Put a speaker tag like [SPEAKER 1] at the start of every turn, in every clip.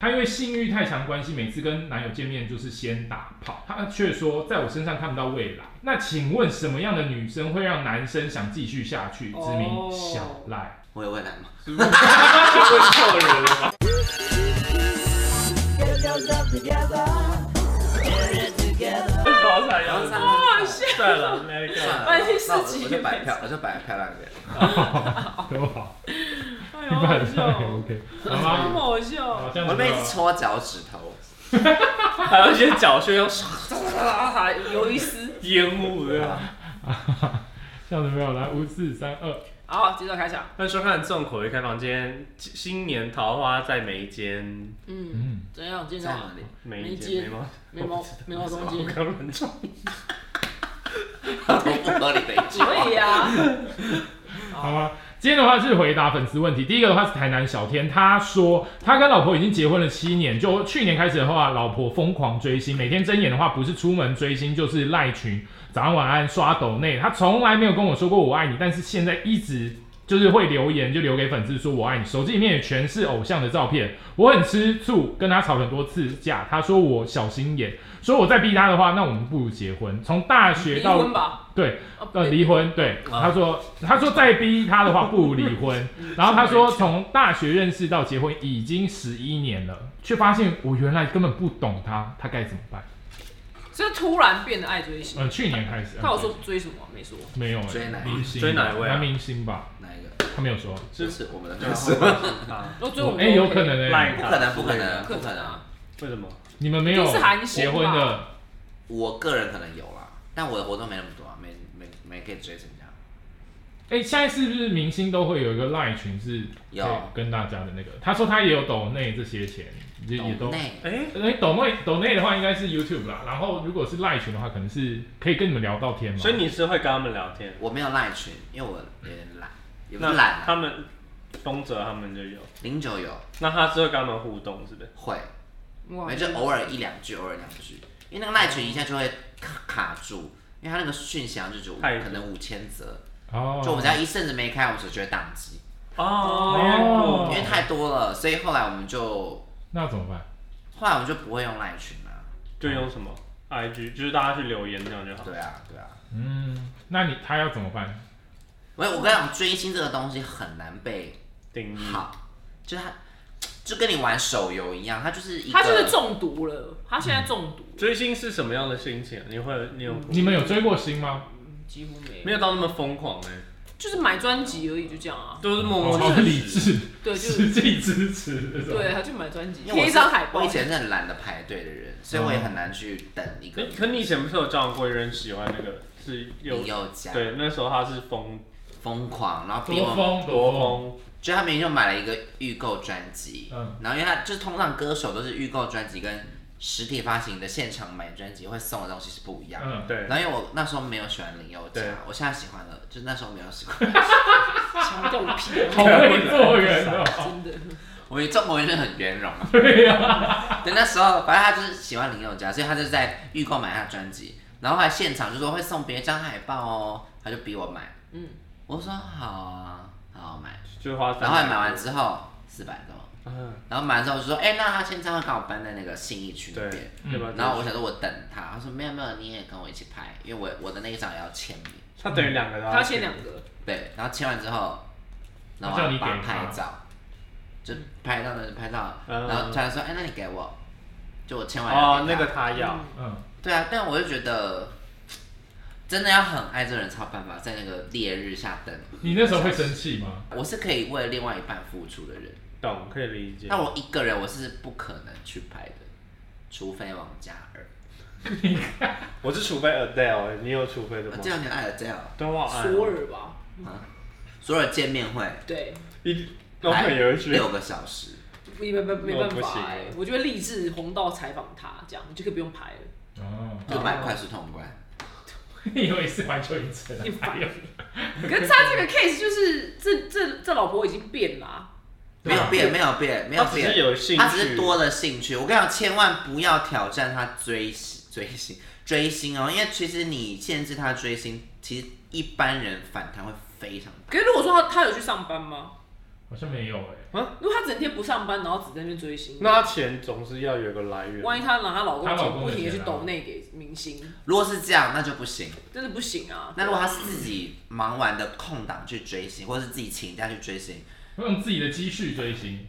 [SPEAKER 1] 她因为性欲太强关系，每次跟男友见面就是先打炮，她却说在我身上看不到未来。那请问什么样的女生会让男生想继续下去？指
[SPEAKER 2] 哦
[SPEAKER 1] 名小赖。
[SPEAKER 2] 我有未来吗？
[SPEAKER 3] 是不是问错人了吧？为什么好想要？
[SPEAKER 2] 好笑。
[SPEAKER 3] 算了，那个
[SPEAKER 2] 那
[SPEAKER 4] 关键是
[SPEAKER 2] 我我
[SPEAKER 4] 几
[SPEAKER 2] 就
[SPEAKER 4] 个
[SPEAKER 2] 摆
[SPEAKER 4] 妹
[SPEAKER 2] 漂，我就摆漂亮一点。
[SPEAKER 1] 多好，
[SPEAKER 4] 哎
[SPEAKER 1] 一
[SPEAKER 4] 呦，好
[SPEAKER 1] 般
[SPEAKER 4] 笑
[SPEAKER 1] 上也
[SPEAKER 4] 哦，
[SPEAKER 1] OK。
[SPEAKER 4] 那
[SPEAKER 1] 好
[SPEAKER 4] 么
[SPEAKER 1] 吗？
[SPEAKER 4] 好笑哦。
[SPEAKER 1] 好像
[SPEAKER 2] 我
[SPEAKER 1] 没
[SPEAKER 2] 妹一直戳脚趾头，
[SPEAKER 3] 还有一些脚屑用刷
[SPEAKER 4] 啊，鱿鱼丝。
[SPEAKER 3] 烟雾的。
[SPEAKER 1] 这样子没有来五四三二，
[SPEAKER 4] 好，接着开场。
[SPEAKER 3] 欢迎收看《众口一开房间》，新年桃花在眉间，
[SPEAKER 4] 嗯，
[SPEAKER 1] 嗯，
[SPEAKER 4] 怎样？今
[SPEAKER 2] 在
[SPEAKER 4] 天
[SPEAKER 2] 哪里？
[SPEAKER 3] 眉
[SPEAKER 4] 眉
[SPEAKER 3] 间
[SPEAKER 4] 间
[SPEAKER 3] 眉毛，
[SPEAKER 4] 眉毛眉毛中
[SPEAKER 3] 我
[SPEAKER 4] 间。
[SPEAKER 3] 刚乱撞。
[SPEAKER 2] 好不合理的一句话。
[SPEAKER 4] 可以呀。
[SPEAKER 1] 好吗？今天的话是回答粉丝问题。第一个的话是台南小天，他说他跟老婆已经结婚了七年，就去年开始的话，老婆疯狂追星，每天睁眼的话不是出门追星就是赖群，早安晚安刷抖内，他从来没有跟我说过我爱你，但是现在一直就是会留言，就留给粉丝说我爱你，手机里面也全是偶像的照片，我很吃醋，跟他吵很多次架，他说我小心眼，说我再逼他的话，那我们不如结婚。从大学
[SPEAKER 4] 离
[SPEAKER 1] 到
[SPEAKER 4] 婚吧。
[SPEAKER 1] 对。
[SPEAKER 4] 哦
[SPEAKER 1] 呃，离。婚，对，
[SPEAKER 3] 啊
[SPEAKER 1] 他说，他说再逼他的话不如离婚。然后他说，从大学认识到结婚已经十一年了，却发现我原来根本不懂他，他该怎么办？
[SPEAKER 4] 这突然变得爱追星。
[SPEAKER 1] 呃，去年开始，
[SPEAKER 4] 他有说追什么？没说。
[SPEAKER 1] 没有、欸？
[SPEAKER 2] 追哪
[SPEAKER 1] 明星？
[SPEAKER 3] 追哪位啊
[SPEAKER 1] 男明星吧，
[SPEAKER 2] 哪一个？
[SPEAKER 1] 他没有说。
[SPEAKER 2] 就是我们的粉丝。
[SPEAKER 3] 啊？
[SPEAKER 4] 要追我们
[SPEAKER 1] 哎、
[SPEAKER 4] 都
[SPEAKER 1] 有
[SPEAKER 4] OK
[SPEAKER 1] 可。能哎、
[SPEAKER 3] 赖
[SPEAKER 2] 不可能，不可能，不
[SPEAKER 4] 可
[SPEAKER 2] 可
[SPEAKER 4] 能
[SPEAKER 2] 能
[SPEAKER 4] 啊。。
[SPEAKER 3] 为什么？
[SPEAKER 1] 你们没有
[SPEAKER 4] 一定是韩星
[SPEAKER 1] 结婚的，
[SPEAKER 2] 我个人可能有啦，但我的活动没那么多啊，没没没可以追成这样。
[SPEAKER 1] 哎、现在是不是明星都会有一个赖群是
[SPEAKER 2] 有
[SPEAKER 1] 可以跟大家的那个？他说他也有抖内这些钱，也也都
[SPEAKER 2] 懂内
[SPEAKER 3] 哎，
[SPEAKER 1] 哎，抖内抖内的话应该是 YouTube 啦，然后如果是赖群的话，可能是可以跟你们聊到天嘛。
[SPEAKER 3] 所以你是会跟他们聊天？
[SPEAKER 2] 我没有赖群，因为我有点懒，也不
[SPEAKER 3] 那
[SPEAKER 2] 是懒
[SPEAKER 3] 他
[SPEAKER 2] 啊。
[SPEAKER 3] 们东哲他们就有，
[SPEAKER 2] 零九有
[SPEAKER 3] 那他是会跟他们互动，是不是？
[SPEAKER 2] 会，
[SPEAKER 4] 哇
[SPEAKER 2] 没就偶尔一两句，偶尔两句，因为那个赖群一下就会卡卡住，因为他那个讯息好像就只有五
[SPEAKER 3] 太多
[SPEAKER 2] 可能五千则，
[SPEAKER 1] 哦，
[SPEAKER 2] 就我们只要一阵子没开，我们手机会宕机，
[SPEAKER 3] 哦
[SPEAKER 1] 哦
[SPEAKER 2] 因为太多了，所以后来我们就
[SPEAKER 1] 那怎么办？
[SPEAKER 2] 后来我们就不会用赖群啊了。
[SPEAKER 3] 就用什么 IG，就是大家去留言这样就好。
[SPEAKER 2] 对啊，对啊。
[SPEAKER 1] 嗯，那你他要怎么办？
[SPEAKER 2] 我我跟你讲，追星这个东西很难被
[SPEAKER 3] 定义
[SPEAKER 2] 好，就是它就跟你玩手游一样，它就是一个
[SPEAKER 4] 他就是中毒了，他现在中毒，
[SPEAKER 3] 追星是什么样的心情？啊你会你有
[SPEAKER 1] 你们有追过星吗？
[SPEAKER 4] 几乎没
[SPEAKER 3] 没
[SPEAKER 4] 有，
[SPEAKER 3] 有到那么疯狂哎、
[SPEAKER 4] 就是买专辑而已，就这样啊。
[SPEAKER 3] 都是默默
[SPEAKER 1] 哦
[SPEAKER 3] 支
[SPEAKER 1] 理
[SPEAKER 3] 持。
[SPEAKER 1] 智，
[SPEAKER 4] 对，就是
[SPEAKER 1] 实际支持这种。
[SPEAKER 4] 对，他就买专辑，
[SPEAKER 2] 因为我
[SPEAKER 4] 贴
[SPEAKER 2] 是
[SPEAKER 4] 一张海
[SPEAKER 2] 我
[SPEAKER 4] 报
[SPEAKER 2] 以。前是很懒得排队的人，所以我也很难去等一个
[SPEAKER 3] 可可你以前不是有交往过一个人喜欢那个是有
[SPEAKER 2] 林宥嘉
[SPEAKER 3] 对那时候他是疯
[SPEAKER 2] 疯狂，然后比
[SPEAKER 1] 多
[SPEAKER 2] 我
[SPEAKER 1] 风多，
[SPEAKER 3] 多疯，
[SPEAKER 2] 就他明明就买了一个预购专辑，
[SPEAKER 1] 嗯，
[SPEAKER 2] 然后因为他就是通常歌手都是预购专辑跟实体发行的现场买专辑会送的东西是不一样的。
[SPEAKER 1] 嗯，
[SPEAKER 3] 对
[SPEAKER 2] 然后因为我那时候没有喜欢林宥嘉
[SPEAKER 3] 对，
[SPEAKER 2] 我现在喜欢了，就那时候没有喜欢。
[SPEAKER 4] 强调个屁啊！
[SPEAKER 1] 好会做人 哦。
[SPEAKER 4] 真的，
[SPEAKER 2] 我中国人是很圆融啊，
[SPEAKER 1] 对呀，
[SPEAKER 2] 对，那时候反正他就是喜欢林宥嘉，所以他就在预购买他的专辑，然后后来现场就说会送别张海报哦，他就逼我买，
[SPEAKER 4] 嗯，
[SPEAKER 2] 我说好啊，好我买，
[SPEAKER 3] 就是花三。啊
[SPEAKER 2] 然后后来买完之后四百多，
[SPEAKER 3] 嗯，
[SPEAKER 2] 然后买完之后我就说，哎、那他现在会跟我搬在那个信义区那
[SPEAKER 3] 对
[SPEAKER 2] 边，
[SPEAKER 3] 对吧？
[SPEAKER 2] 然后我想说我等他，他说没有没有，你也跟我一起拍，因为我我的那一张也要签名，
[SPEAKER 3] 他等于两个都要
[SPEAKER 4] 他签两个，
[SPEAKER 2] 对，然后签完之后，然后
[SPEAKER 1] 他叫你
[SPEAKER 2] 我帮
[SPEAKER 1] 给
[SPEAKER 2] 他拍
[SPEAKER 1] 他
[SPEAKER 2] 照，就拍到的就拍到，
[SPEAKER 3] 嗯
[SPEAKER 2] 然后突然说，哎、那你给我，就我签完要
[SPEAKER 3] 哦，
[SPEAKER 2] 给
[SPEAKER 3] 那
[SPEAKER 2] 他
[SPEAKER 3] 个他要
[SPEAKER 1] 嗯，
[SPEAKER 2] 对啊，但我就觉得，真的要很爱这个人才有办法在那个烈日下等。
[SPEAKER 1] 你那时候会生气吗？
[SPEAKER 2] 我是可以为另外一半付出的人，
[SPEAKER 3] 懂可以理解。
[SPEAKER 2] 但我一个人我是不可能去拍的，除非王嘉尔。
[SPEAKER 3] 我是除非 Adele，欸你有除非的吗
[SPEAKER 2] 啊这？样你爱了这样，
[SPEAKER 3] 对我爱
[SPEAKER 4] 索尔吧？
[SPEAKER 2] 所有见面会
[SPEAKER 4] 对，
[SPEAKER 3] 一都可哦以有一句
[SPEAKER 2] 六个小时，
[SPEAKER 4] 没没没没办
[SPEAKER 3] 我不行
[SPEAKER 4] 法哎，我就会励志红到采访他，这样你就可以不用拍了。
[SPEAKER 1] 哦，
[SPEAKER 2] 就买快速通关。
[SPEAKER 3] 哦
[SPEAKER 1] 你以为是环球影城啊？
[SPEAKER 4] 你烦
[SPEAKER 1] 哎呦
[SPEAKER 4] 可是他这个 case 就是这这这老婆已经变啦、
[SPEAKER 1] 对
[SPEAKER 2] 没
[SPEAKER 1] 啊
[SPEAKER 2] 有变，没有变，没有
[SPEAKER 3] 他只
[SPEAKER 2] 变。
[SPEAKER 3] 是有兴趣
[SPEAKER 2] 他只是多了兴趣。我跟你讲，千万不要挑战他追星追星追星哦，因为其实你限制他追星，其实一般人反弹会非常大。
[SPEAKER 4] 可是如果说他他有去上班吗？
[SPEAKER 1] 好像没有哎、
[SPEAKER 4] 如果她整天不上班，然后只在那边追星，
[SPEAKER 3] 那钱总是要有个来源。
[SPEAKER 4] 万一她拿她老公
[SPEAKER 1] 她
[SPEAKER 4] 的
[SPEAKER 1] 老
[SPEAKER 4] 钱
[SPEAKER 1] 公的
[SPEAKER 4] 不停的
[SPEAKER 1] 钱啊
[SPEAKER 4] 去抖内给明星，
[SPEAKER 2] 如果是这样，那就不行。
[SPEAKER 4] 真的不行啊。
[SPEAKER 2] 那如果他是自己忙完的空档去追星，或者是自己请假去追星，
[SPEAKER 1] 会用自己的积蓄追星。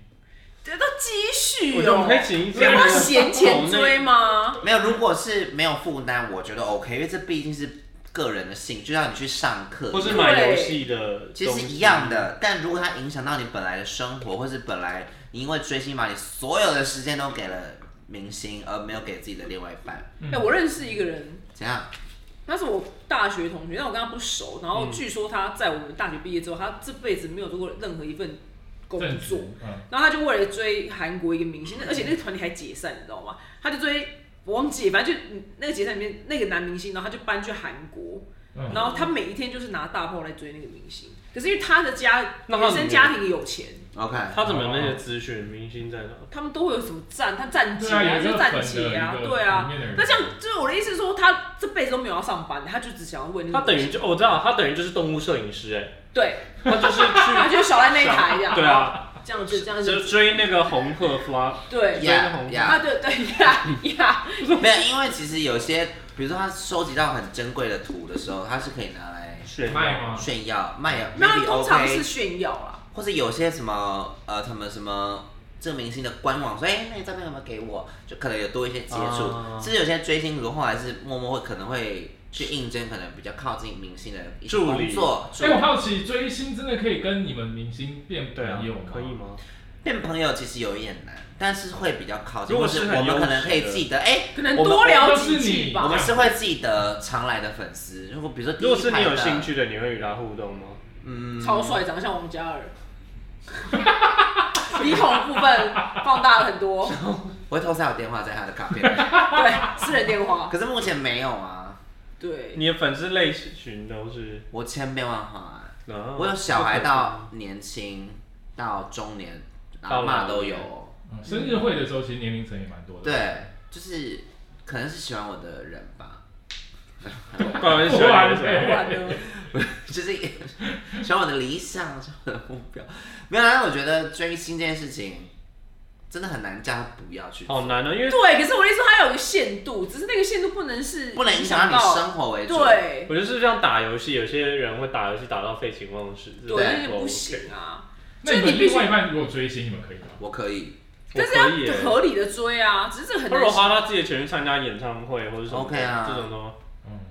[SPEAKER 4] 得到积蓄
[SPEAKER 3] 我觉得我
[SPEAKER 4] 哦
[SPEAKER 3] 们可以，请一
[SPEAKER 4] 你要
[SPEAKER 3] 些
[SPEAKER 4] 不要闲钱追吗？
[SPEAKER 2] 没有，如果是没有负担，我觉得 OK，因为这毕竟是个人的兴趣，就像你去上课，
[SPEAKER 3] 或是买游戏的，
[SPEAKER 2] 其实一样。的。但如果它影响到你本来的生活，或是本来你因为追星把你所有的时间都给了明星，而没有给自己的另外一半，
[SPEAKER 1] 嗯
[SPEAKER 4] 哎、我认识一个人，
[SPEAKER 2] 怎样？
[SPEAKER 4] 他是我大学同学，但我跟他不熟。然后
[SPEAKER 1] 嗯
[SPEAKER 4] 据说他在我们大学毕业之后，他这辈子没有做过任何一份工
[SPEAKER 1] 正嗯
[SPEAKER 4] 作。啊
[SPEAKER 1] 主，嗯，
[SPEAKER 4] 然后他就为了追韩国一个明星，那而且那个团体还解散，你知道吗？他就追，我忘记，反正就嗯那个解散里面那个男明星，然后他就搬去韩国，
[SPEAKER 1] 嗯
[SPEAKER 4] 然后他每一天就是拿大炮来追那个明星。可是因为他的家
[SPEAKER 3] 那
[SPEAKER 4] 原生
[SPEAKER 3] 他怎么
[SPEAKER 4] 家庭有钱，
[SPEAKER 2] OK，
[SPEAKER 3] 他怎么有那些资讯？明星在哪？
[SPEAKER 4] 他们都会有什么站，他站姐
[SPEAKER 1] 对啊有一个
[SPEAKER 4] 就站姐啊
[SPEAKER 1] 粉的一，个
[SPEAKER 4] 对啊
[SPEAKER 1] 里面的人。
[SPEAKER 4] 那像就是我的意思是说，他这辈子都没有要上班，他就只想要
[SPEAKER 2] 嗯
[SPEAKER 4] 为那个
[SPEAKER 3] 他等于就、哦我知道，他等于就是动物摄影师哎，
[SPEAKER 4] 对，
[SPEAKER 3] 他就是去
[SPEAKER 4] 他就小赖那一台 这样，
[SPEAKER 3] 对，啊，
[SPEAKER 4] 这样子这样
[SPEAKER 3] 就
[SPEAKER 4] 子，
[SPEAKER 3] 追那个红鹤 fly，
[SPEAKER 4] 对
[SPEAKER 3] 呀
[SPEAKER 2] 呀
[SPEAKER 3] 追
[SPEAKER 4] 啊
[SPEAKER 2] 呀，
[SPEAKER 4] 对对呀 呀，
[SPEAKER 2] 没有，因为其实有些，比如说他收集到很珍贵的图的时候，他是可以拿来
[SPEAKER 3] 炫
[SPEAKER 1] 卖
[SPEAKER 3] 耀
[SPEAKER 1] 吗？
[SPEAKER 2] 炫耀、卖
[SPEAKER 4] 啊那他
[SPEAKER 2] maybe
[SPEAKER 4] 通常是
[SPEAKER 2] OK，
[SPEAKER 4] 炫耀啊啦。
[SPEAKER 2] 或是有些什么呃，他们什么。这个明星的官网说：“哎、那个照片有没有给我？”就可能有多一些接触
[SPEAKER 3] 啊，
[SPEAKER 2] 甚至有些追星族后来是默默会可能会去应征，可能比较靠近明星的一些
[SPEAKER 3] 助理
[SPEAKER 2] 工作，
[SPEAKER 1] 哎、我好奇追星真的可以跟你们明星变
[SPEAKER 3] 对啊
[SPEAKER 1] 朋友吗？，
[SPEAKER 3] 可以吗？
[SPEAKER 2] 变朋友其实有一点难，但是会比较靠近。
[SPEAKER 3] 如果
[SPEAKER 2] 或
[SPEAKER 3] 是
[SPEAKER 2] 是
[SPEAKER 3] 很
[SPEAKER 2] 我们可
[SPEAKER 3] 优
[SPEAKER 2] 能
[SPEAKER 3] 质
[SPEAKER 2] 可以
[SPEAKER 3] 的
[SPEAKER 2] 记得，哎、
[SPEAKER 4] 可能
[SPEAKER 1] 我们
[SPEAKER 4] 多聊
[SPEAKER 1] 我
[SPEAKER 4] 几
[SPEAKER 1] 们是你
[SPEAKER 4] 句吧。
[SPEAKER 2] 我们是会记得常来的粉丝。如果比如说第
[SPEAKER 3] 如果
[SPEAKER 2] 一
[SPEAKER 3] 是你
[SPEAKER 2] 排
[SPEAKER 3] 有
[SPEAKER 2] 的，
[SPEAKER 3] 兴趣的，你会与他互动吗？
[SPEAKER 2] 嗯，
[SPEAKER 4] 超帅，长得像王嘉尔， 鼻孔的部分放大了很多，
[SPEAKER 2] 我会偷塞我电话在他的卡 片，
[SPEAKER 4] 对，私人电话，
[SPEAKER 2] 可是目前没有啊，
[SPEAKER 4] 对，
[SPEAKER 3] 你的粉丝类型都是，
[SPEAKER 2] 我千变万化、啊，
[SPEAKER 3] 啊
[SPEAKER 2] 我有小孩到年轻到中年，阿
[SPEAKER 3] 到老
[SPEAKER 2] 妈都有，
[SPEAKER 1] 嗯生日会的时候其实年龄层也蛮多的。
[SPEAKER 2] 对，就是可能是喜欢我的人吧，
[SPEAKER 3] 怪不得喜欢你
[SPEAKER 1] 不然
[SPEAKER 4] 不
[SPEAKER 1] 嘞
[SPEAKER 3] 是吧
[SPEAKER 4] 然呢？
[SPEAKER 2] 就是喜欢我的理想，喜欢我的目标，没有啊，但我觉得追星这件事情真的很难叫他不要去做，
[SPEAKER 3] 好难哦，因为
[SPEAKER 4] 对，可是我的意思说它有一个限度，只是那个限度不能是
[SPEAKER 2] 不能影响到你生活为主，
[SPEAKER 4] 对
[SPEAKER 3] 我觉得是像打游戏，有些人会打游戏打到废寝忘食，这
[SPEAKER 4] 对，那
[SPEAKER 3] 种
[SPEAKER 4] 就不
[SPEAKER 3] OK
[SPEAKER 4] 行啊。
[SPEAKER 1] 那
[SPEAKER 4] 就是
[SPEAKER 1] 你
[SPEAKER 4] 你
[SPEAKER 1] 们
[SPEAKER 4] 必
[SPEAKER 1] 另
[SPEAKER 4] 须
[SPEAKER 1] 外一半如果追星，你们可以吗？
[SPEAKER 2] 我可以
[SPEAKER 3] 我
[SPEAKER 4] 但是
[SPEAKER 3] 可以耶
[SPEAKER 4] 要合理的追啊，只是这个很
[SPEAKER 3] 他如果
[SPEAKER 4] 难。
[SPEAKER 3] 花他自己的钱去参加演唱会或者什么
[SPEAKER 2] OK 啊
[SPEAKER 3] 这种都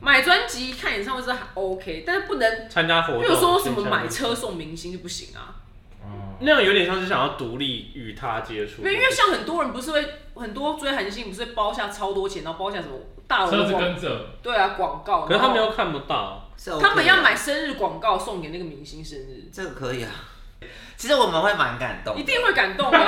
[SPEAKER 4] 买专辑、看演唱会是还 OK，但是不能，
[SPEAKER 3] 参加活动，
[SPEAKER 4] 比如说什么买车送明星就不行啊。
[SPEAKER 1] 哦，
[SPEAKER 3] 那样有点像是想要独立与他接触，
[SPEAKER 4] 没有，因为像很多人不是会很多追韩星不是会包下超多钱，然后包下什么大
[SPEAKER 1] 车
[SPEAKER 4] 额
[SPEAKER 1] 子
[SPEAKER 4] 广
[SPEAKER 1] 跟着，
[SPEAKER 4] 对啊广告，
[SPEAKER 3] 可是他们
[SPEAKER 4] 然
[SPEAKER 3] 又看不到，
[SPEAKER 2] 是
[SPEAKER 4] 后
[SPEAKER 2] OK 的，
[SPEAKER 4] 他们要买生日广告送给那个明星生日，
[SPEAKER 2] 这个可以啊，其实我们会蛮感动的，
[SPEAKER 4] 一定会感动 啊！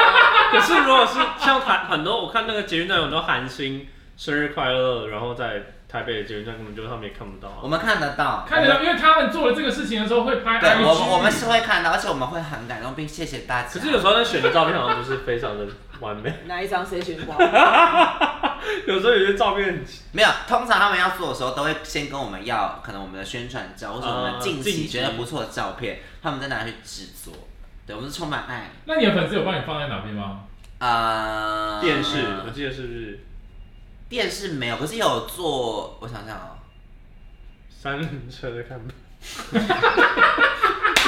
[SPEAKER 3] 可是如果是像台很多，我看那个捷运站有很多韩星生日快乐，然后在台北的捷运站根本就他们也看不到啊
[SPEAKER 2] 我，们看得到，
[SPEAKER 1] 看得到，因为他们做了这个事情的时候会拍
[SPEAKER 2] 对
[SPEAKER 1] IG，
[SPEAKER 2] 我们我们是会看到，而且我们会很感动，并谢谢大家。
[SPEAKER 3] 可是有时候在选的照片好像不是非常的完美，
[SPEAKER 4] 哪一张谁选不好？
[SPEAKER 3] 有时候有些照片很奇
[SPEAKER 2] 没有，通常他们要做的时候，都会先跟我们要可能我们的宣传照，或者我们
[SPEAKER 3] 啊
[SPEAKER 2] 近
[SPEAKER 3] 近
[SPEAKER 2] 期
[SPEAKER 3] 期
[SPEAKER 2] 觉得不错的照片，他们再拿去制作。对，我们是充满爱。
[SPEAKER 1] 那你的粉丝有帮你放在哪边吗？
[SPEAKER 2] 呃，
[SPEAKER 3] 电视， 我记得是不是
[SPEAKER 2] 电视没有，可是有做，我想想哦，
[SPEAKER 3] 三轮车的看板？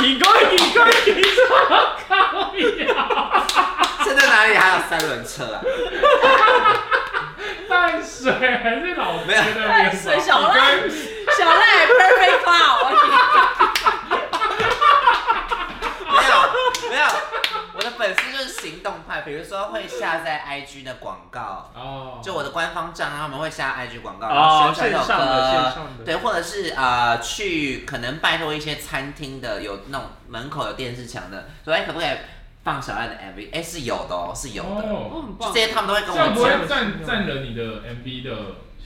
[SPEAKER 3] 你哥，你哥，你哥，
[SPEAKER 2] 现在哪里还有三轮车啊？
[SPEAKER 1] 淡水还是老街那边吧？
[SPEAKER 4] 淡水哎小赖， 小赖 perfect call，
[SPEAKER 2] 没有，没有。我的粉丝就是行动派，比如说会下载 IG 的广告，
[SPEAKER 1] 哦，
[SPEAKER 2] 就我的官方账号，他们会下 IG 广告，
[SPEAKER 3] 哦
[SPEAKER 2] 然后宣传这
[SPEAKER 3] 线
[SPEAKER 2] 首
[SPEAKER 3] 上
[SPEAKER 2] 歌，
[SPEAKER 3] 的线上的
[SPEAKER 2] 对，或者是呃去可能拜托一些餐厅的有那种门口有电视墙的，说哎可不可以放小赖的 MV？哎、是有的哦，是有的，
[SPEAKER 4] 我
[SPEAKER 1] 哦，
[SPEAKER 4] 很
[SPEAKER 2] 就
[SPEAKER 4] 棒
[SPEAKER 2] 这。些他们都会跟
[SPEAKER 1] 这
[SPEAKER 2] 我
[SPEAKER 1] 样
[SPEAKER 2] 讲，
[SPEAKER 1] 不
[SPEAKER 2] 不
[SPEAKER 1] 会占占了你的 MV 的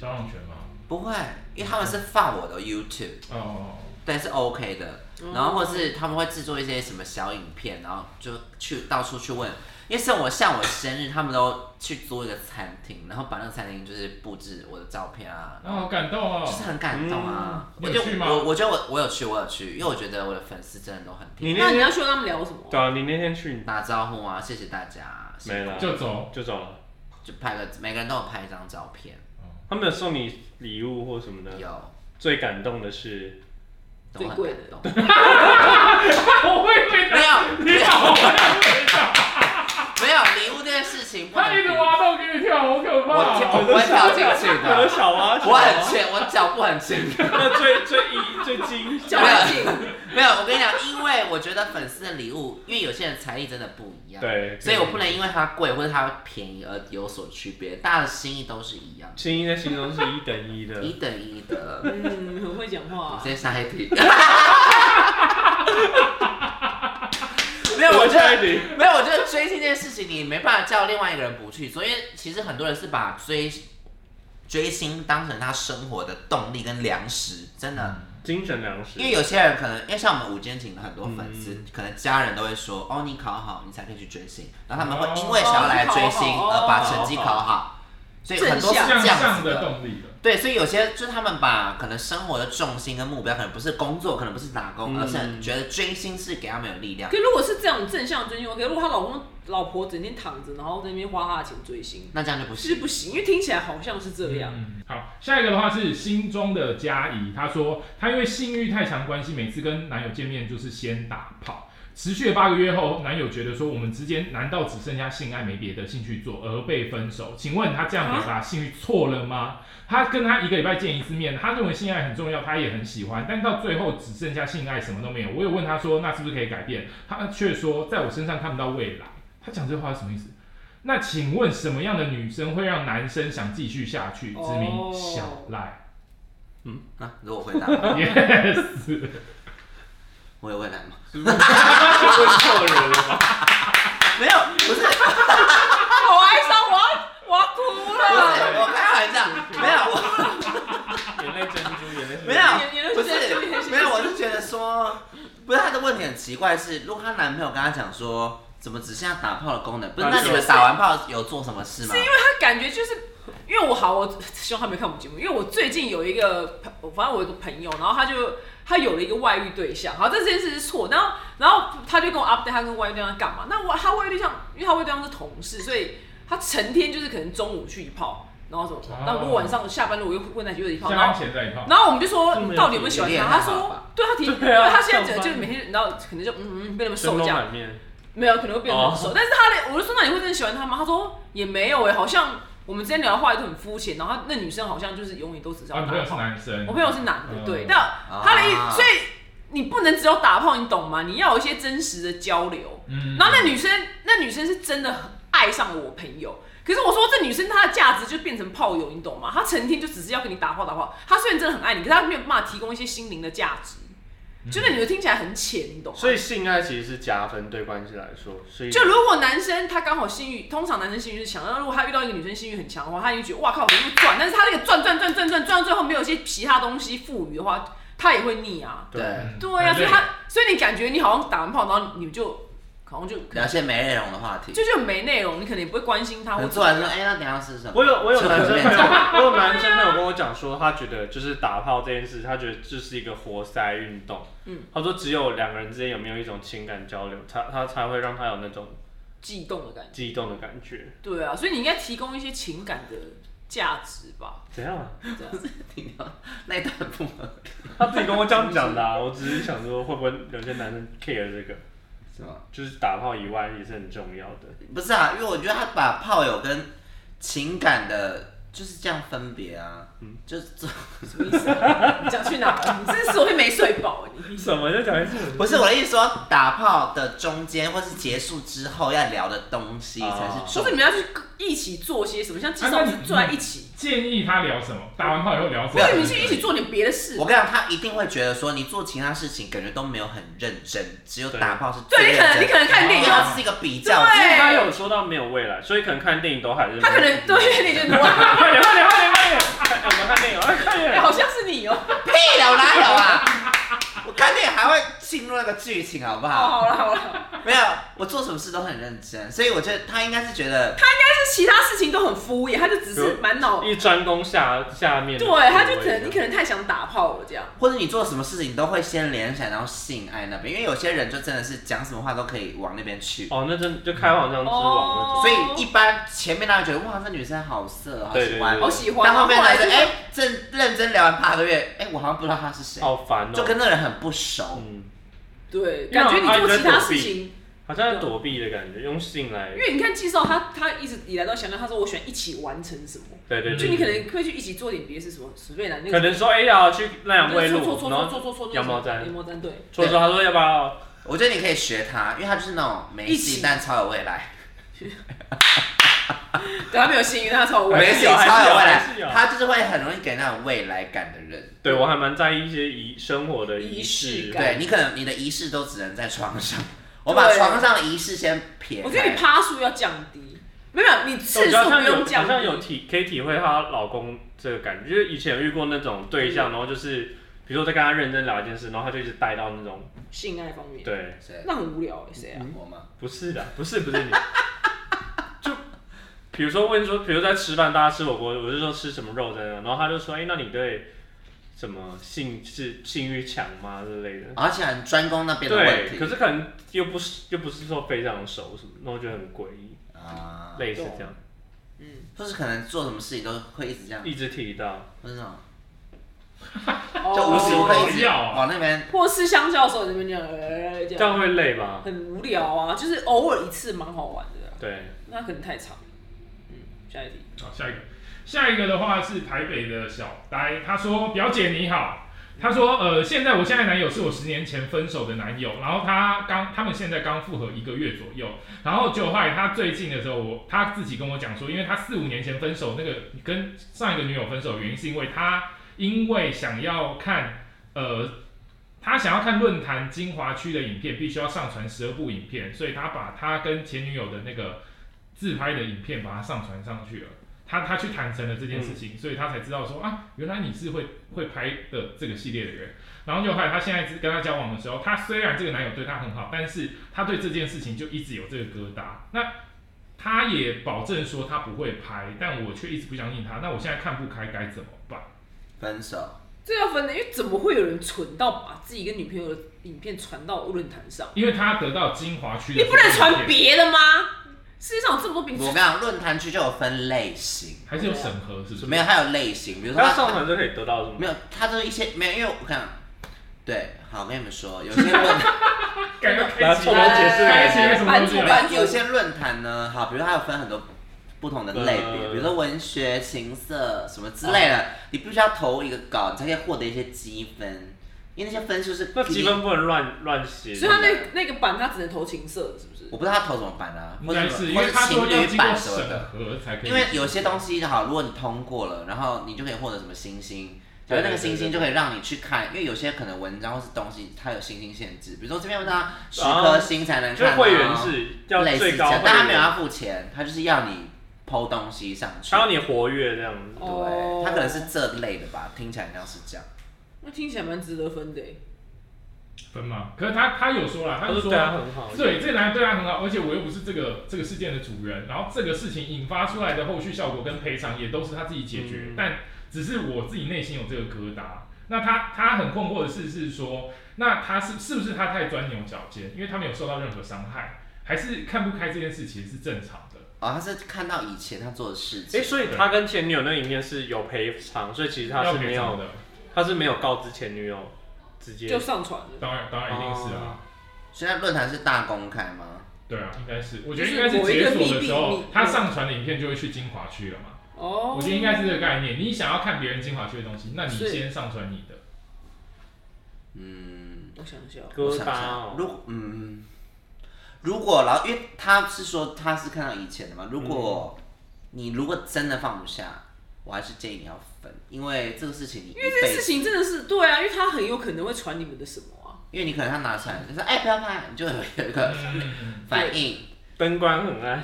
[SPEAKER 1] 销量权吗？
[SPEAKER 2] 会，因为他们是放我的 YouTube，
[SPEAKER 1] 哦，
[SPEAKER 2] 对，是 OK 的。然后或是他们会制作一些什么小影片，然后就去到处去问，因为像我像我生日，他们都去租一个餐厅，然后把那个餐厅就是布置我的照片啊，
[SPEAKER 1] 啊，好感动哦
[SPEAKER 2] 就。是很感动啊。
[SPEAKER 1] 嗯
[SPEAKER 2] 我
[SPEAKER 1] 你
[SPEAKER 2] 就
[SPEAKER 1] 有去吗
[SPEAKER 2] 我我觉得我我有去，我有去，因为我觉得我的粉丝真的都很
[SPEAKER 3] 你
[SPEAKER 2] 挺
[SPEAKER 3] 那
[SPEAKER 4] 那你
[SPEAKER 3] 天
[SPEAKER 4] 要去跟他们聊什么？
[SPEAKER 3] 对啊，你那天去
[SPEAKER 2] 打招呼啊，谢谢大家，
[SPEAKER 3] 没了
[SPEAKER 1] 就走
[SPEAKER 3] 就走了，
[SPEAKER 2] 就拍个每个人都有拍一张照片，
[SPEAKER 3] 他们有送你礼物或什么
[SPEAKER 1] 嗯
[SPEAKER 3] 的。
[SPEAKER 2] 有
[SPEAKER 3] 最感动的是，
[SPEAKER 2] 都
[SPEAKER 4] 最
[SPEAKER 2] 很
[SPEAKER 4] 贵的
[SPEAKER 2] 感动，
[SPEAKER 1] 我会回答
[SPEAKER 2] 没，有
[SPEAKER 1] 你好，我会回答。
[SPEAKER 2] 没有礼物这件事情不能
[SPEAKER 1] 他一直
[SPEAKER 2] 比
[SPEAKER 1] 挖洞给你跳，好可
[SPEAKER 2] 我
[SPEAKER 1] 怕
[SPEAKER 2] 我
[SPEAKER 1] 哦！
[SPEAKER 2] 不会跳进去
[SPEAKER 3] 还有
[SPEAKER 2] 的，
[SPEAKER 3] 小蛙，小
[SPEAKER 2] 我
[SPEAKER 3] 蛙
[SPEAKER 2] 很轻，我脚步很轻。
[SPEAKER 3] 那最 最一最精，
[SPEAKER 4] 较劲，
[SPEAKER 2] 没有，我跟你讲，因为我觉得粉丝的礼物，因为有些人财力真的不一样，，
[SPEAKER 3] 对，
[SPEAKER 2] 所以我不能因为它贵或者它便宜而有所区别，大家的心意都是一样，
[SPEAKER 3] 心意在心中是一等一的
[SPEAKER 1] 嗯
[SPEAKER 2] 一等一的。
[SPEAKER 4] 嗯，很会讲话
[SPEAKER 2] 我
[SPEAKER 4] 啊。
[SPEAKER 2] 先下一题。没有，我觉得
[SPEAKER 3] 下一题
[SPEAKER 2] 没有，我觉得追星这件事情，你没办法叫另外一个人不去做，因为其实很多人是把追追星当成他生活的动力跟粮食，真的。
[SPEAKER 3] 精神粮食
[SPEAKER 2] 因。为有些人可能，因为像我们五间情的很多粉丝，
[SPEAKER 3] 嗯
[SPEAKER 2] 可能家人都会说，哦，你考好，你才可以去追星，然后他们
[SPEAKER 1] 哦
[SPEAKER 2] 会因为想要来追星
[SPEAKER 4] 哦
[SPEAKER 2] 而把成绩考好，所以很多是
[SPEAKER 4] 正
[SPEAKER 2] 这
[SPEAKER 1] 向
[SPEAKER 2] 样
[SPEAKER 1] 上
[SPEAKER 2] 子
[SPEAKER 1] 的
[SPEAKER 2] 的。
[SPEAKER 1] 动力了。
[SPEAKER 2] 对，所以有些就是他们把可能生活的重心跟目标，可能不是工作，可能不是打工，
[SPEAKER 3] 嗯
[SPEAKER 2] 而是觉得追星是给他们有力量
[SPEAKER 4] 可。如果是这种正向追星，可如果她老公老婆整天躺着，然后在那边花她的钱追星，
[SPEAKER 2] 那这样就不
[SPEAKER 4] 其实
[SPEAKER 2] 行。
[SPEAKER 4] 不行，因为听起来好像是这样。
[SPEAKER 1] 嗯，好，下一个的话是心中的佳怡，她说她因为性欲太强关系，每次跟男友见面就是先打炮。持续了八个月后，男友觉得说我们之间难道只剩下性爱没别的兴趣做，而被分手？请问他这样表达性欲错了吗？他跟他一个礼拜见一次面，他认为性爱很重要，他也很喜欢，但到最后只剩下性爱，什么都没有。我有问他说那是不是可以改变，他却说在我身上看不到未来。他讲这话是什么意思？那请问什么样的女生会让男生想继续下去？指名
[SPEAKER 4] 哦
[SPEAKER 1] 小 赖、
[SPEAKER 2] 啊，如果回答 吗，
[SPEAKER 1] y e s
[SPEAKER 2] 我有未来吗？
[SPEAKER 3] 是不是问错人了吧？
[SPEAKER 2] 没有，不是。
[SPEAKER 4] 好哀伤，我要我要哭
[SPEAKER 2] 不是，
[SPEAKER 4] 了。
[SPEAKER 2] 我开玩笑，没有，我
[SPEAKER 3] 眼泪珍珠，眼泪
[SPEAKER 2] 没
[SPEAKER 4] 你
[SPEAKER 2] 有，
[SPEAKER 4] 你
[SPEAKER 2] 不
[SPEAKER 4] 你你你
[SPEAKER 2] 是，
[SPEAKER 4] 你
[SPEAKER 2] 没有，我是觉得说，不是她的问题很奇怪是，如果她男朋友跟她讲说，怎么只剩下打炮的功能，不是，
[SPEAKER 3] 那
[SPEAKER 2] 那
[SPEAKER 3] 就
[SPEAKER 2] 你们打完炮有做什么事吗？
[SPEAKER 4] 他感觉就是，因为我好，我希望他没看我们节目，因为我最近有一个朋，反正我有一个朋友，然后他就他有了一个外遇对象，好，这件事是错，然后然后他就跟我 update 他跟外遇对象干嘛？那我他外遇对象，因为他外遇对象是同事，所以他成天就是可能中午去一炮，然后什么什么，那如果晚上下班路我又问他又一炮，然
[SPEAKER 1] 相
[SPEAKER 4] 后。
[SPEAKER 1] 前在一炮，
[SPEAKER 4] 然后我们就说
[SPEAKER 3] 这么有
[SPEAKER 4] 到底有没有喜欢
[SPEAKER 2] 体力
[SPEAKER 4] 他？他
[SPEAKER 2] 还好
[SPEAKER 4] 说
[SPEAKER 2] 吧
[SPEAKER 4] 对他体，
[SPEAKER 3] 对啊
[SPEAKER 4] 他现在
[SPEAKER 3] 上
[SPEAKER 4] 讲
[SPEAKER 3] 班
[SPEAKER 4] 就是每天，你知道可能就嗯嗯被他们
[SPEAKER 3] 珍
[SPEAKER 4] 受
[SPEAKER 3] 珠
[SPEAKER 4] 这样，
[SPEAKER 3] 满面，
[SPEAKER 4] 没有，可能会变得很熟。但是他的，我就说那你会真的喜欢他吗？他说也没有哎、好像我们之前聊的话题都很肤浅，然后他那女生好像就是永远都只知道
[SPEAKER 1] 啊，
[SPEAKER 4] 打
[SPEAKER 1] 你朋友是
[SPEAKER 4] 炮。
[SPEAKER 1] 男生，
[SPEAKER 4] 我朋友是男的，
[SPEAKER 1] 嗯
[SPEAKER 4] 对，但他的意思，所以你不能只有打炮，你懂吗？你要有一些真实的交流。
[SPEAKER 1] 嗯，
[SPEAKER 4] 然后那女生，那女生是真的很爱上了我朋友。可是我说这女生她的价值就变成炮友，你懂吗？她成天就只是要跟你打炮打炮。她虽然真的很爱你，可是她没有办法提供一些心灵的价值。就那女的听起来很浅，你懂吗？
[SPEAKER 3] 嗯所以性爱其实是加分，对关系来说，所以
[SPEAKER 4] 就如果男生他刚好性欲，通常男生性欲是强，那如果他遇到一个女生性欲很强的话，他也觉得哇靠，我一路转，但是他那个转转转转转转到最后没有一些其他东西赋予的话，他也会腻啊。
[SPEAKER 2] 对，
[SPEAKER 4] 对呀、所
[SPEAKER 1] 很累
[SPEAKER 4] 以他，所以你感觉你好像打完炮，然后你就好像就
[SPEAKER 2] 聊些没内容的话题，
[SPEAKER 4] 就就没内容，你可能也不会关心他，
[SPEAKER 2] 可
[SPEAKER 4] 或
[SPEAKER 2] 能
[SPEAKER 4] 者
[SPEAKER 2] 做完说，哎，那等一下吃什么？
[SPEAKER 3] 我有我有
[SPEAKER 2] 吃
[SPEAKER 3] 男生
[SPEAKER 2] 泡面
[SPEAKER 3] 朋友，我有男生朋友跟我讲说，他觉得就是打炮这件事，他觉得这是一个活塞运动。
[SPEAKER 4] 嗯，
[SPEAKER 3] 他说只有两个人之间有没有一种情感交流，他他才会让他有那种
[SPEAKER 4] 悸动的感觉。
[SPEAKER 3] 激动的感觉。
[SPEAKER 4] 对啊，所以你应该提供一些情感的价值吧。
[SPEAKER 3] 怎样啊？
[SPEAKER 4] 这样
[SPEAKER 2] 那一段不能
[SPEAKER 3] 他自己跟我这样讲的、啊，我只是想说会不会有些男生 care 这个，
[SPEAKER 2] 是吗？
[SPEAKER 3] 就是打炮以外也是很重要的。
[SPEAKER 2] 不是啊，因为我觉得他把炮友跟情感的就是这样分别啊，就是这
[SPEAKER 4] 什么意思、啊？你讲去哪了？你真是我会没睡饱、你。
[SPEAKER 3] 什么？再讲一次。
[SPEAKER 2] 不是我的意思说，打炮的中间或是结束之后要聊的东西才是
[SPEAKER 4] 说
[SPEAKER 2] 重
[SPEAKER 4] 是你们要去一起做些什么，像介绍是坐在一起。
[SPEAKER 1] 建议他聊什么？打完炮以后聊什么？
[SPEAKER 2] 没有
[SPEAKER 4] 你们去一起做点别的事
[SPEAKER 2] 我。跟你讲，他一定会觉得说你做其他事情感觉都没有很认真，只有
[SPEAKER 3] 对
[SPEAKER 2] 打炮是
[SPEAKER 4] 对你可能
[SPEAKER 2] 认真
[SPEAKER 4] 你可能看电影哦
[SPEAKER 2] 因为它是一个比较，
[SPEAKER 4] 对
[SPEAKER 3] 因为他有说到没有未来，所以可能看电影都还是
[SPEAKER 4] 他可能对你觉得哇，
[SPEAKER 3] 快点快点快点快点！哎我们看电影，哎快
[SPEAKER 4] 哎
[SPEAKER 3] 点！
[SPEAKER 4] 好像是你哦、
[SPEAKER 2] 屁了哪有啊？我看电影还会进入那个剧情好不
[SPEAKER 4] 哦，
[SPEAKER 2] 好？
[SPEAKER 4] 好了好了，
[SPEAKER 2] 没有，我做什么事都很认真，所以我觉得他应该是觉得，
[SPEAKER 4] 但是其他事情都很敷衍，他就只是满脑，
[SPEAKER 3] 一专攻下下面的部位
[SPEAKER 4] 对，
[SPEAKER 3] 的，
[SPEAKER 4] 他就可能你可能太想打炮了这样。
[SPEAKER 2] 或者你做什么事情都会先联想到性爱那边，因为有些人就真的是讲什么话都可以往那边去。
[SPEAKER 3] 哦，那真就开黄腔之王那
[SPEAKER 4] 哦
[SPEAKER 3] 种。
[SPEAKER 2] 所以一般前面大家觉得哇，这女生好色，好
[SPEAKER 3] 对对
[SPEAKER 2] 喜欢
[SPEAKER 3] 对，
[SPEAKER 4] 好喜欢。
[SPEAKER 2] 但后面
[SPEAKER 4] 来
[SPEAKER 2] 来
[SPEAKER 4] 就
[SPEAKER 2] 的
[SPEAKER 4] 是
[SPEAKER 2] 哎，正认真聊完八个月，哎，我好像不知道她是谁，
[SPEAKER 3] 好烦哦，
[SPEAKER 2] 就跟那个人很不熟。
[SPEAKER 3] 嗯，
[SPEAKER 4] 对，
[SPEAKER 3] 因为
[SPEAKER 4] 感觉
[SPEAKER 3] 他
[SPEAKER 4] 你做
[SPEAKER 3] 在
[SPEAKER 4] 其他
[SPEAKER 3] 躲避
[SPEAKER 4] 事情，
[SPEAKER 3] 好像在躲避的感觉，用性来
[SPEAKER 4] 因，为你看介绍他，他一直以来都想到他说我喜欢一起完成什么，
[SPEAKER 3] 对对对，
[SPEAKER 4] 就你可能会去一起做点别的事，什么随便来那
[SPEAKER 3] 可
[SPEAKER 4] 个。
[SPEAKER 3] 能说哎呀去那两位
[SPEAKER 4] 对搓
[SPEAKER 3] 路，
[SPEAKER 4] 搓搓
[SPEAKER 3] 然后
[SPEAKER 4] 搓搓搓搓
[SPEAKER 3] 羊毛毡
[SPEAKER 4] 羊毛毡对，
[SPEAKER 3] 所以说他说要不要
[SPEAKER 2] 我觉得你可以学她，因为她就是那种没
[SPEAKER 4] 一起
[SPEAKER 2] 性但超有未来，
[SPEAKER 4] 对他没有幸运，他超我
[SPEAKER 3] 还
[SPEAKER 2] 没
[SPEAKER 3] 是
[SPEAKER 2] 性
[SPEAKER 3] 有还
[SPEAKER 2] 超
[SPEAKER 3] 是有
[SPEAKER 2] 未
[SPEAKER 3] 还是
[SPEAKER 2] 来
[SPEAKER 3] 有，
[SPEAKER 2] 她就是会很容易给人那种未来感的人。
[SPEAKER 3] 对我还蛮在意一些仪生活的
[SPEAKER 4] 仪式
[SPEAKER 3] 式，
[SPEAKER 4] 感
[SPEAKER 2] 对你可能你的仪式都只能在床上，我把
[SPEAKER 4] 对
[SPEAKER 2] 床上的仪式先撇
[SPEAKER 4] 我觉得你
[SPEAKER 2] 开。
[SPEAKER 4] 趴数要降低，没有你
[SPEAKER 3] 我
[SPEAKER 4] 次
[SPEAKER 3] 觉
[SPEAKER 4] 数不
[SPEAKER 3] 得好像有
[SPEAKER 4] 用
[SPEAKER 3] 好
[SPEAKER 4] 降
[SPEAKER 3] 像有
[SPEAKER 4] 低。
[SPEAKER 3] 体可以体会她老公这个感觉，就是以前有遇过那种对
[SPEAKER 2] 嗯
[SPEAKER 3] 象，然后就是比如说在跟他认真聊一件事，然后他就一直带到那种
[SPEAKER 4] 性爱
[SPEAKER 2] 嗯
[SPEAKER 4] 方面，
[SPEAKER 3] 对，
[SPEAKER 2] 谁
[SPEAKER 4] 那很无聊欸，谁啊？
[SPEAKER 2] 我吗？
[SPEAKER 3] 不是的，不是不是你， 就比如说问说，比如在吃饭，大家吃火锅，我就说吃什么肉的，然后他就说，哎、那你对什么性是性欲强吗之类的？
[SPEAKER 2] 而且很专攻那边的问
[SPEAKER 3] 对，可
[SPEAKER 2] 题
[SPEAKER 3] 是可能又不是又不是说非常熟什么，那我觉得很诡异，
[SPEAKER 2] 啊，
[SPEAKER 3] 类似这样，
[SPEAKER 2] 就是可能做什么事情都会一直这样，
[SPEAKER 3] 一直提到，
[SPEAKER 2] 或者那种就
[SPEAKER 4] 就
[SPEAKER 2] 无时无刻一
[SPEAKER 1] 不
[SPEAKER 2] 直
[SPEAKER 1] 要啊
[SPEAKER 2] 往那边。
[SPEAKER 4] 或吃香蕉的时候，你们讲呃这
[SPEAKER 2] 啊
[SPEAKER 3] 这
[SPEAKER 4] 样
[SPEAKER 3] 样会累吧？
[SPEAKER 4] 很无聊啊，就是偶尔一次蛮好玩的啊，
[SPEAKER 3] 对，
[SPEAKER 4] 那可能太长。嗯，下一题。
[SPEAKER 1] 好，下一个，下一个的话是台北的小呆，他说：“表姐你好。”他说：“呃，现在我现在男友是我十年前分手的男友，然后他刚他们现在刚复合一个月左右，然后就后来他最近的时候，我他自己跟我讲说，因为他四五年前分手，那个跟上一个女友分手的原因是因为他因为想要看呃。”他想要看论坛精华区的影片，必须要上传十二部影片，所以他把他跟前女友的那个自拍的影片把它上传上去了。他他去坦诚了这件事情，所以他才知道说啊，原来你是会会拍的这个系列的人。然后就后来他现在跟他交往的时候，他虽然这个男友对他很好，但是他对这件事情就一直有这个疙瘩。那他也保证说他不会拍，但我却一直不相信他。那我现在看不开该怎么办？
[SPEAKER 2] 分手，
[SPEAKER 4] 这要分的，因为怎么会有人蠢到把自己跟女朋友的影片传到论坛上？
[SPEAKER 1] 因为他得到精华区的
[SPEAKER 4] 你
[SPEAKER 1] 这
[SPEAKER 4] 不
[SPEAKER 1] 个影
[SPEAKER 4] 能
[SPEAKER 1] 片，
[SPEAKER 4] 传别的吗？世界上有这么多
[SPEAKER 2] 我
[SPEAKER 4] 名
[SPEAKER 2] 跟
[SPEAKER 4] 字
[SPEAKER 2] 你，讲，论坛区就有分类型，
[SPEAKER 1] 还是有审核，是不是？
[SPEAKER 2] 没有还有类型，比如说
[SPEAKER 3] 他
[SPEAKER 2] 他
[SPEAKER 3] 上传就可以得到什么？
[SPEAKER 2] 没有，他都一些没有，因为我看，对，好，我跟你们说，有些论
[SPEAKER 1] 感觉
[SPEAKER 3] 来
[SPEAKER 1] 开启
[SPEAKER 3] 凑合解释
[SPEAKER 1] 开启一个什么
[SPEAKER 4] 版
[SPEAKER 1] 东
[SPEAKER 4] 主
[SPEAKER 1] 西啊？
[SPEAKER 4] 版主
[SPEAKER 2] 有些论坛呢，好，比如它有分很多不同的类别，
[SPEAKER 3] 呃
[SPEAKER 2] 比如说文学、情色什么之类的，你必须要投一个稿，你才可以获得一些积分，因为那些分数是
[SPEAKER 3] 那积
[SPEAKER 2] 一定，
[SPEAKER 3] 分不能乱乱写，
[SPEAKER 4] 所以他那那个版他只能投情色的，是不是？
[SPEAKER 2] 我不知道他投什么版啊，
[SPEAKER 1] 应
[SPEAKER 2] 或者
[SPEAKER 1] 该
[SPEAKER 2] 什
[SPEAKER 1] 是
[SPEAKER 2] 么
[SPEAKER 1] 因
[SPEAKER 2] 或
[SPEAKER 1] 为
[SPEAKER 2] 者
[SPEAKER 1] 他说
[SPEAKER 2] 情
[SPEAKER 1] 要
[SPEAKER 2] 侣
[SPEAKER 1] 经过
[SPEAKER 2] 版什么
[SPEAKER 1] 审
[SPEAKER 2] 的，
[SPEAKER 1] 核才可以，
[SPEAKER 2] 因为有些东西好，如果你通过了，然后你就可以获得什么星星。假如那个星星就可以让你去看，因为有些可能文章或是东西它有星星限制，比如说这篇文章十颗星才能
[SPEAKER 3] 就
[SPEAKER 2] 看、
[SPEAKER 3] 是
[SPEAKER 2] 啊，
[SPEAKER 3] 会员制要
[SPEAKER 2] 类似
[SPEAKER 3] 最
[SPEAKER 2] 这
[SPEAKER 3] 高
[SPEAKER 2] 样，但他
[SPEAKER 3] 会
[SPEAKER 2] 没有
[SPEAKER 3] 员，
[SPEAKER 2] 要付钱，他就是要你抛东西上去。
[SPEAKER 3] 他要你活跃这样子。
[SPEAKER 4] 哦
[SPEAKER 2] 对，他可能是这类的吧，听起来像是这样。
[SPEAKER 4] 那听起来蛮值得分的欸。
[SPEAKER 1] 分嘛。可是他他有说啦，他
[SPEAKER 3] 他
[SPEAKER 1] 就
[SPEAKER 3] 说
[SPEAKER 1] 说
[SPEAKER 3] 对他很好，
[SPEAKER 1] 对，这个男人对他很好，而且我又不是这个这个事件的主人，然后这个事情引发出来的后续效果跟赔偿也都是他自己解决，
[SPEAKER 3] 嗯
[SPEAKER 1] 但只是我自己内心有这个疙瘩。那他他很困惑的是是说，那他是是不是他太钻牛角尖？因为他没有受到任何伤害，还是看不开这件事其实是正常的。
[SPEAKER 2] 哦，他是看到以前他做的事
[SPEAKER 3] 哎、
[SPEAKER 2] 情，
[SPEAKER 3] 所以他跟前女友那影片是有赔偿，所以其实他
[SPEAKER 1] 要
[SPEAKER 3] 是
[SPEAKER 1] 赔
[SPEAKER 3] 没
[SPEAKER 1] 偿
[SPEAKER 3] 有，
[SPEAKER 1] 的，
[SPEAKER 3] 他是没有告知前女友，直接
[SPEAKER 4] 欸就上传了。
[SPEAKER 1] 当然当然一定是啊。
[SPEAKER 3] 哦
[SPEAKER 2] 现在论坛是大公开吗？
[SPEAKER 1] 对啊，应该是，我觉得应该是解锁的时候，他上传的影片就会去精华区了嘛。
[SPEAKER 4] 哦，
[SPEAKER 1] 我觉得应该是这个概念。你想要看别人精华区的东西，那你
[SPEAKER 4] 是
[SPEAKER 1] 先上传你的。
[SPEAKER 2] 嗯，
[SPEAKER 4] 我想一下哦，
[SPEAKER 2] 我
[SPEAKER 3] 疙
[SPEAKER 2] 想
[SPEAKER 3] 瘩
[SPEAKER 2] 想，
[SPEAKER 3] 哦。
[SPEAKER 2] 如果嗯，如果然后因为他是说他是看到以前的嘛，如
[SPEAKER 4] 嗯
[SPEAKER 2] 果、你如果真的放不下，我还是建议你要分，因为这个事情你一
[SPEAKER 4] 因为这件
[SPEAKER 2] 辈
[SPEAKER 4] 事
[SPEAKER 2] 子，
[SPEAKER 4] 情真的是对啊，因为他很有可能会传你们的什么啊。
[SPEAKER 2] 因为你可能他拿出来就说哎不要拍，你就有一个
[SPEAKER 1] 嗯，
[SPEAKER 2] 反应
[SPEAKER 3] 灯光很暗，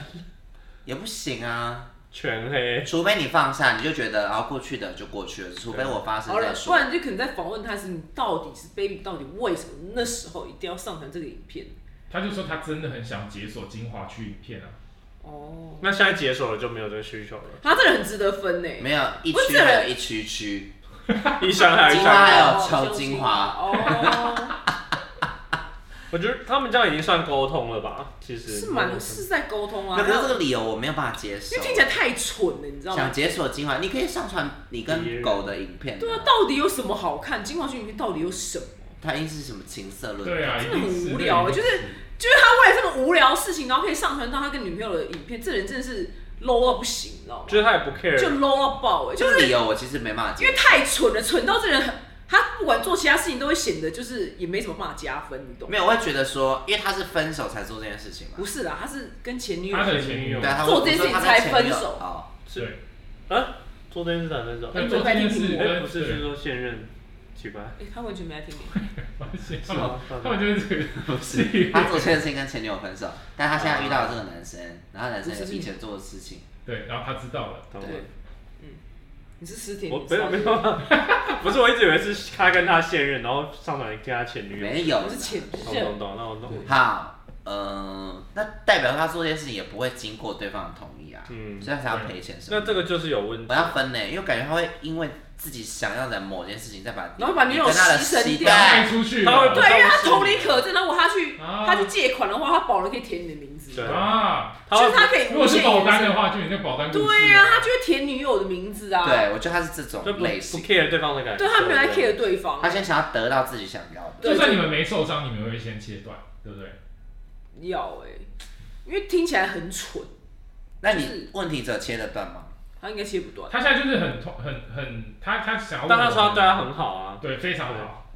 [SPEAKER 2] 也不行啊。
[SPEAKER 3] 全黑，
[SPEAKER 2] 除非你放下，你就觉得啊，过去的就过去了，除非我发生
[SPEAKER 4] 好
[SPEAKER 2] 再
[SPEAKER 4] 了，不
[SPEAKER 2] 说。
[SPEAKER 4] 然就可能在访问他时，你到底是 baby 到底为什么那时候一定要上传这个影片？
[SPEAKER 1] 他就说他真的很想解锁精华区影片啊。
[SPEAKER 4] 哦，
[SPEAKER 3] 那现在解锁了就没有这个需求了，
[SPEAKER 4] 他这个很值得分呢。欸
[SPEAKER 2] 没有一
[SPEAKER 4] 不是
[SPEAKER 2] 区还有一区区，
[SPEAKER 3] 一箱还有一
[SPEAKER 2] 精华
[SPEAKER 3] 箱。
[SPEAKER 2] 还有
[SPEAKER 4] 哦
[SPEAKER 2] 抽精华
[SPEAKER 4] 哦，
[SPEAKER 3] 我觉得他们这样已经算沟通了吧？其实
[SPEAKER 4] 是蛮是在沟通啊
[SPEAKER 2] 那，可是这个理由我没有办法接受
[SPEAKER 4] 因为。听起来太蠢了，你知道吗
[SPEAKER 2] 想？解锁精华，你可以上传你
[SPEAKER 3] 别人
[SPEAKER 2] 跟狗的影片。
[SPEAKER 4] 对啊，，到底有什么好看？金黄区影片到底有什么？
[SPEAKER 2] 它一定是什么情色论？
[SPEAKER 1] 对啊，一
[SPEAKER 4] 真的
[SPEAKER 1] 定
[SPEAKER 4] 很
[SPEAKER 1] 是
[SPEAKER 4] 无聊
[SPEAKER 1] 一定
[SPEAKER 4] 就是就是他为了这么无聊的事情，然后可以上传到他跟女朋友的影片，这人真的是 low 到不行，你知道吗？
[SPEAKER 3] 就是他也不
[SPEAKER 4] 就
[SPEAKER 3] care，
[SPEAKER 4] low 到爆哎、
[SPEAKER 2] 这
[SPEAKER 4] 就
[SPEAKER 2] 个
[SPEAKER 4] 是
[SPEAKER 2] 理由我其实没办法接
[SPEAKER 4] 因为太蠢了，蠢到这人很，他不管做其他事情都会显得就是也没什么办法加分，你懂吗？
[SPEAKER 2] 没有，我会觉得说，因为他是分手才做这件事情嘛。
[SPEAKER 4] 不是啦，他是跟前女友
[SPEAKER 1] 他，的前女友
[SPEAKER 2] 对啊，他
[SPEAKER 4] 做这件事情才分手
[SPEAKER 2] 我说他跟前女友哦，
[SPEAKER 1] 对，
[SPEAKER 3] 啊，做这件事才分手。
[SPEAKER 1] 那做这件事
[SPEAKER 3] 哎，
[SPEAKER 1] 跟
[SPEAKER 3] 不是是 说现任，奇怪，
[SPEAKER 4] 哎、他完全没来听你。
[SPEAKER 1] 对，
[SPEAKER 3] 是
[SPEAKER 1] 他们
[SPEAKER 3] 吗？
[SPEAKER 1] 他们就是这个
[SPEAKER 2] 不是，他做这件事情跟前女友分手，但他现在遇到了这个男生，然后男生有以前做的事情，
[SPEAKER 1] 对，然后他知道了，
[SPEAKER 3] 懂
[SPEAKER 2] 对
[SPEAKER 3] 了。
[SPEAKER 4] 你是尸体，
[SPEAKER 3] 我
[SPEAKER 4] 你
[SPEAKER 3] 没有没有，啊 不是，我一直以为是他跟他现任，然后上传给他前女友。
[SPEAKER 2] 没有
[SPEAKER 4] 我是前
[SPEAKER 3] 懂
[SPEAKER 4] 任
[SPEAKER 3] 懂懂，那我懂。
[SPEAKER 2] 好，嗯，那代表他做这件事情也不会经过对方的同意啊，
[SPEAKER 3] 嗯
[SPEAKER 2] 所以他才要赔钱什么
[SPEAKER 3] 那
[SPEAKER 2] 的。
[SPEAKER 3] 这个就是有问
[SPEAKER 2] 我
[SPEAKER 3] 题。
[SPEAKER 2] 要分呢、因为感觉他会因为自己想要的某件事情，再把
[SPEAKER 4] 然后把女友
[SPEAKER 2] 跟他的
[SPEAKER 4] 牺牲
[SPEAKER 2] 期
[SPEAKER 4] 掉
[SPEAKER 1] 卖
[SPEAKER 2] 待，
[SPEAKER 1] 出去
[SPEAKER 3] 他会
[SPEAKER 1] 了
[SPEAKER 4] 对，因为他同理可证，然后如果他去、
[SPEAKER 1] 啊
[SPEAKER 4] 他去借款的话，他保人可以填你的名字，
[SPEAKER 3] 对
[SPEAKER 1] 啊。
[SPEAKER 3] 他
[SPEAKER 4] 就是
[SPEAKER 3] 会
[SPEAKER 4] 他可以
[SPEAKER 1] 如
[SPEAKER 4] 无
[SPEAKER 1] 果是
[SPEAKER 4] 限
[SPEAKER 1] 保
[SPEAKER 4] 延
[SPEAKER 1] 单的
[SPEAKER 4] 伸。
[SPEAKER 1] 话，就有那个保单故事
[SPEAKER 4] 对呀、他就会填女友的名字啊。
[SPEAKER 2] 对我觉得他是这
[SPEAKER 3] 就
[SPEAKER 2] 种
[SPEAKER 3] 不不
[SPEAKER 2] 类型，
[SPEAKER 3] care 对方的感受。
[SPEAKER 4] 对，他没有在 care 对方
[SPEAKER 2] 他，先想要得到自己想要的。
[SPEAKER 1] 就算你们没受伤，你们会先切断，对不对？
[SPEAKER 4] 要哎、因为听起来很蠢，
[SPEAKER 2] 那
[SPEAKER 4] 就是
[SPEAKER 2] 你问题者切得断吗？
[SPEAKER 4] 他应该切不断。
[SPEAKER 1] 他现在就是很痛很很，他他想要，
[SPEAKER 3] 但他说他对他很好啊，
[SPEAKER 1] 对非常好，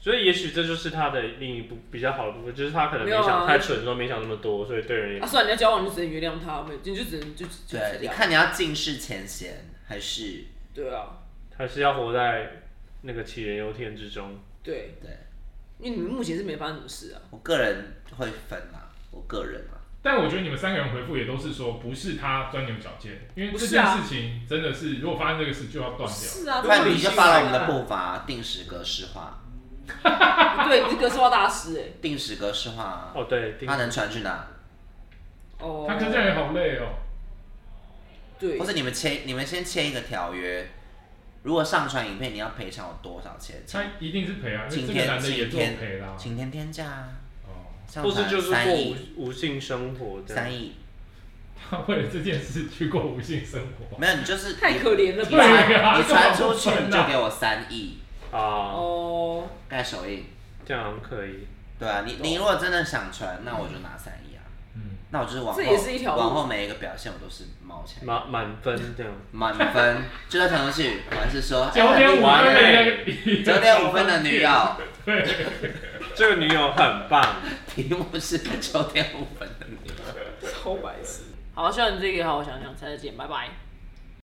[SPEAKER 3] 所以也许这就是他的另一部比较好的部分，就是他可能没
[SPEAKER 4] 没有啊
[SPEAKER 3] 想太蠢，说没想那么多，所以对人也
[SPEAKER 4] 啊，算了，你要交往你就只能原谅他，没有你就只能就就就
[SPEAKER 2] 对，
[SPEAKER 4] 这
[SPEAKER 2] 你
[SPEAKER 4] 样。
[SPEAKER 2] 看你要尽释前嫌还是
[SPEAKER 4] 对啊，
[SPEAKER 3] 还是要活在那个杞人忧天之中。
[SPEAKER 4] 对，
[SPEAKER 2] 对？
[SPEAKER 4] 因为你们目前是没发生什么事啊。
[SPEAKER 2] 我个人会分啊，我个人啊，
[SPEAKER 1] 但我觉得你们三个人回复也都是说不是他钻牛角尖，因为
[SPEAKER 4] 不
[SPEAKER 1] 这
[SPEAKER 4] 是
[SPEAKER 1] 件
[SPEAKER 4] 啊
[SPEAKER 1] 事情真的是，如果发生这个事就要断掉。
[SPEAKER 4] 是啊，这
[SPEAKER 2] 不
[SPEAKER 4] 么
[SPEAKER 2] 然
[SPEAKER 4] 理
[SPEAKER 2] 你就
[SPEAKER 4] 性
[SPEAKER 2] 发
[SPEAKER 4] 啊
[SPEAKER 2] 了我们的步伐，定时格式化，
[SPEAKER 4] 对，你是格式化大师哎。
[SPEAKER 2] 定时格式化啊，
[SPEAKER 3] 哦，对，定
[SPEAKER 2] 它能传去哪？
[SPEAKER 4] 哦，
[SPEAKER 1] 他可是这样也好累哦。
[SPEAKER 4] 对
[SPEAKER 2] 或，者你们签，你们先签一个条约，如果上传影片，你要赔偿我多少钱？
[SPEAKER 1] 他一定是赔啊，因
[SPEAKER 2] 请
[SPEAKER 1] 为这个
[SPEAKER 2] 天
[SPEAKER 1] 男的也
[SPEAKER 2] 请
[SPEAKER 1] 做
[SPEAKER 2] 天
[SPEAKER 1] 赔啦。
[SPEAKER 2] 请天天价啊，
[SPEAKER 1] 哦，
[SPEAKER 2] 上
[SPEAKER 3] 或是
[SPEAKER 2] 传
[SPEAKER 3] 就是
[SPEAKER 2] 三
[SPEAKER 3] 过
[SPEAKER 2] 亿，
[SPEAKER 3] 无无性生活这样
[SPEAKER 2] 三。亿，
[SPEAKER 1] 他为了这件事去过无性生活。
[SPEAKER 2] 没有，你就是
[SPEAKER 4] 太可怜了
[SPEAKER 2] 你
[SPEAKER 1] 对
[SPEAKER 4] 吧。
[SPEAKER 1] 啊
[SPEAKER 2] 传你传出去
[SPEAKER 1] 这 么狠啊
[SPEAKER 2] 你就给我三亿
[SPEAKER 3] 啊，
[SPEAKER 4] 哦，
[SPEAKER 2] 盖手印，
[SPEAKER 3] 这样好像可以。
[SPEAKER 2] 对啊，你你如果真的想传，那我就拿三亿啊，
[SPEAKER 1] 嗯，
[SPEAKER 2] 那我就是往后
[SPEAKER 4] 这也是一条路
[SPEAKER 2] 往后每一个表现我都是冒起来。
[SPEAKER 3] 满满分这样，
[SPEAKER 2] 满分，就在传出去，我还是说
[SPEAKER 1] 九点五分的
[SPEAKER 3] 哎
[SPEAKER 1] 那个，
[SPEAKER 2] 九点五分的女友，
[SPEAKER 1] 对，
[SPEAKER 3] 这个女友很棒，
[SPEAKER 2] 题目是九点五分的女友。
[SPEAKER 4] 超白痴。好，希望你这个好好想想，下次见，拜拜。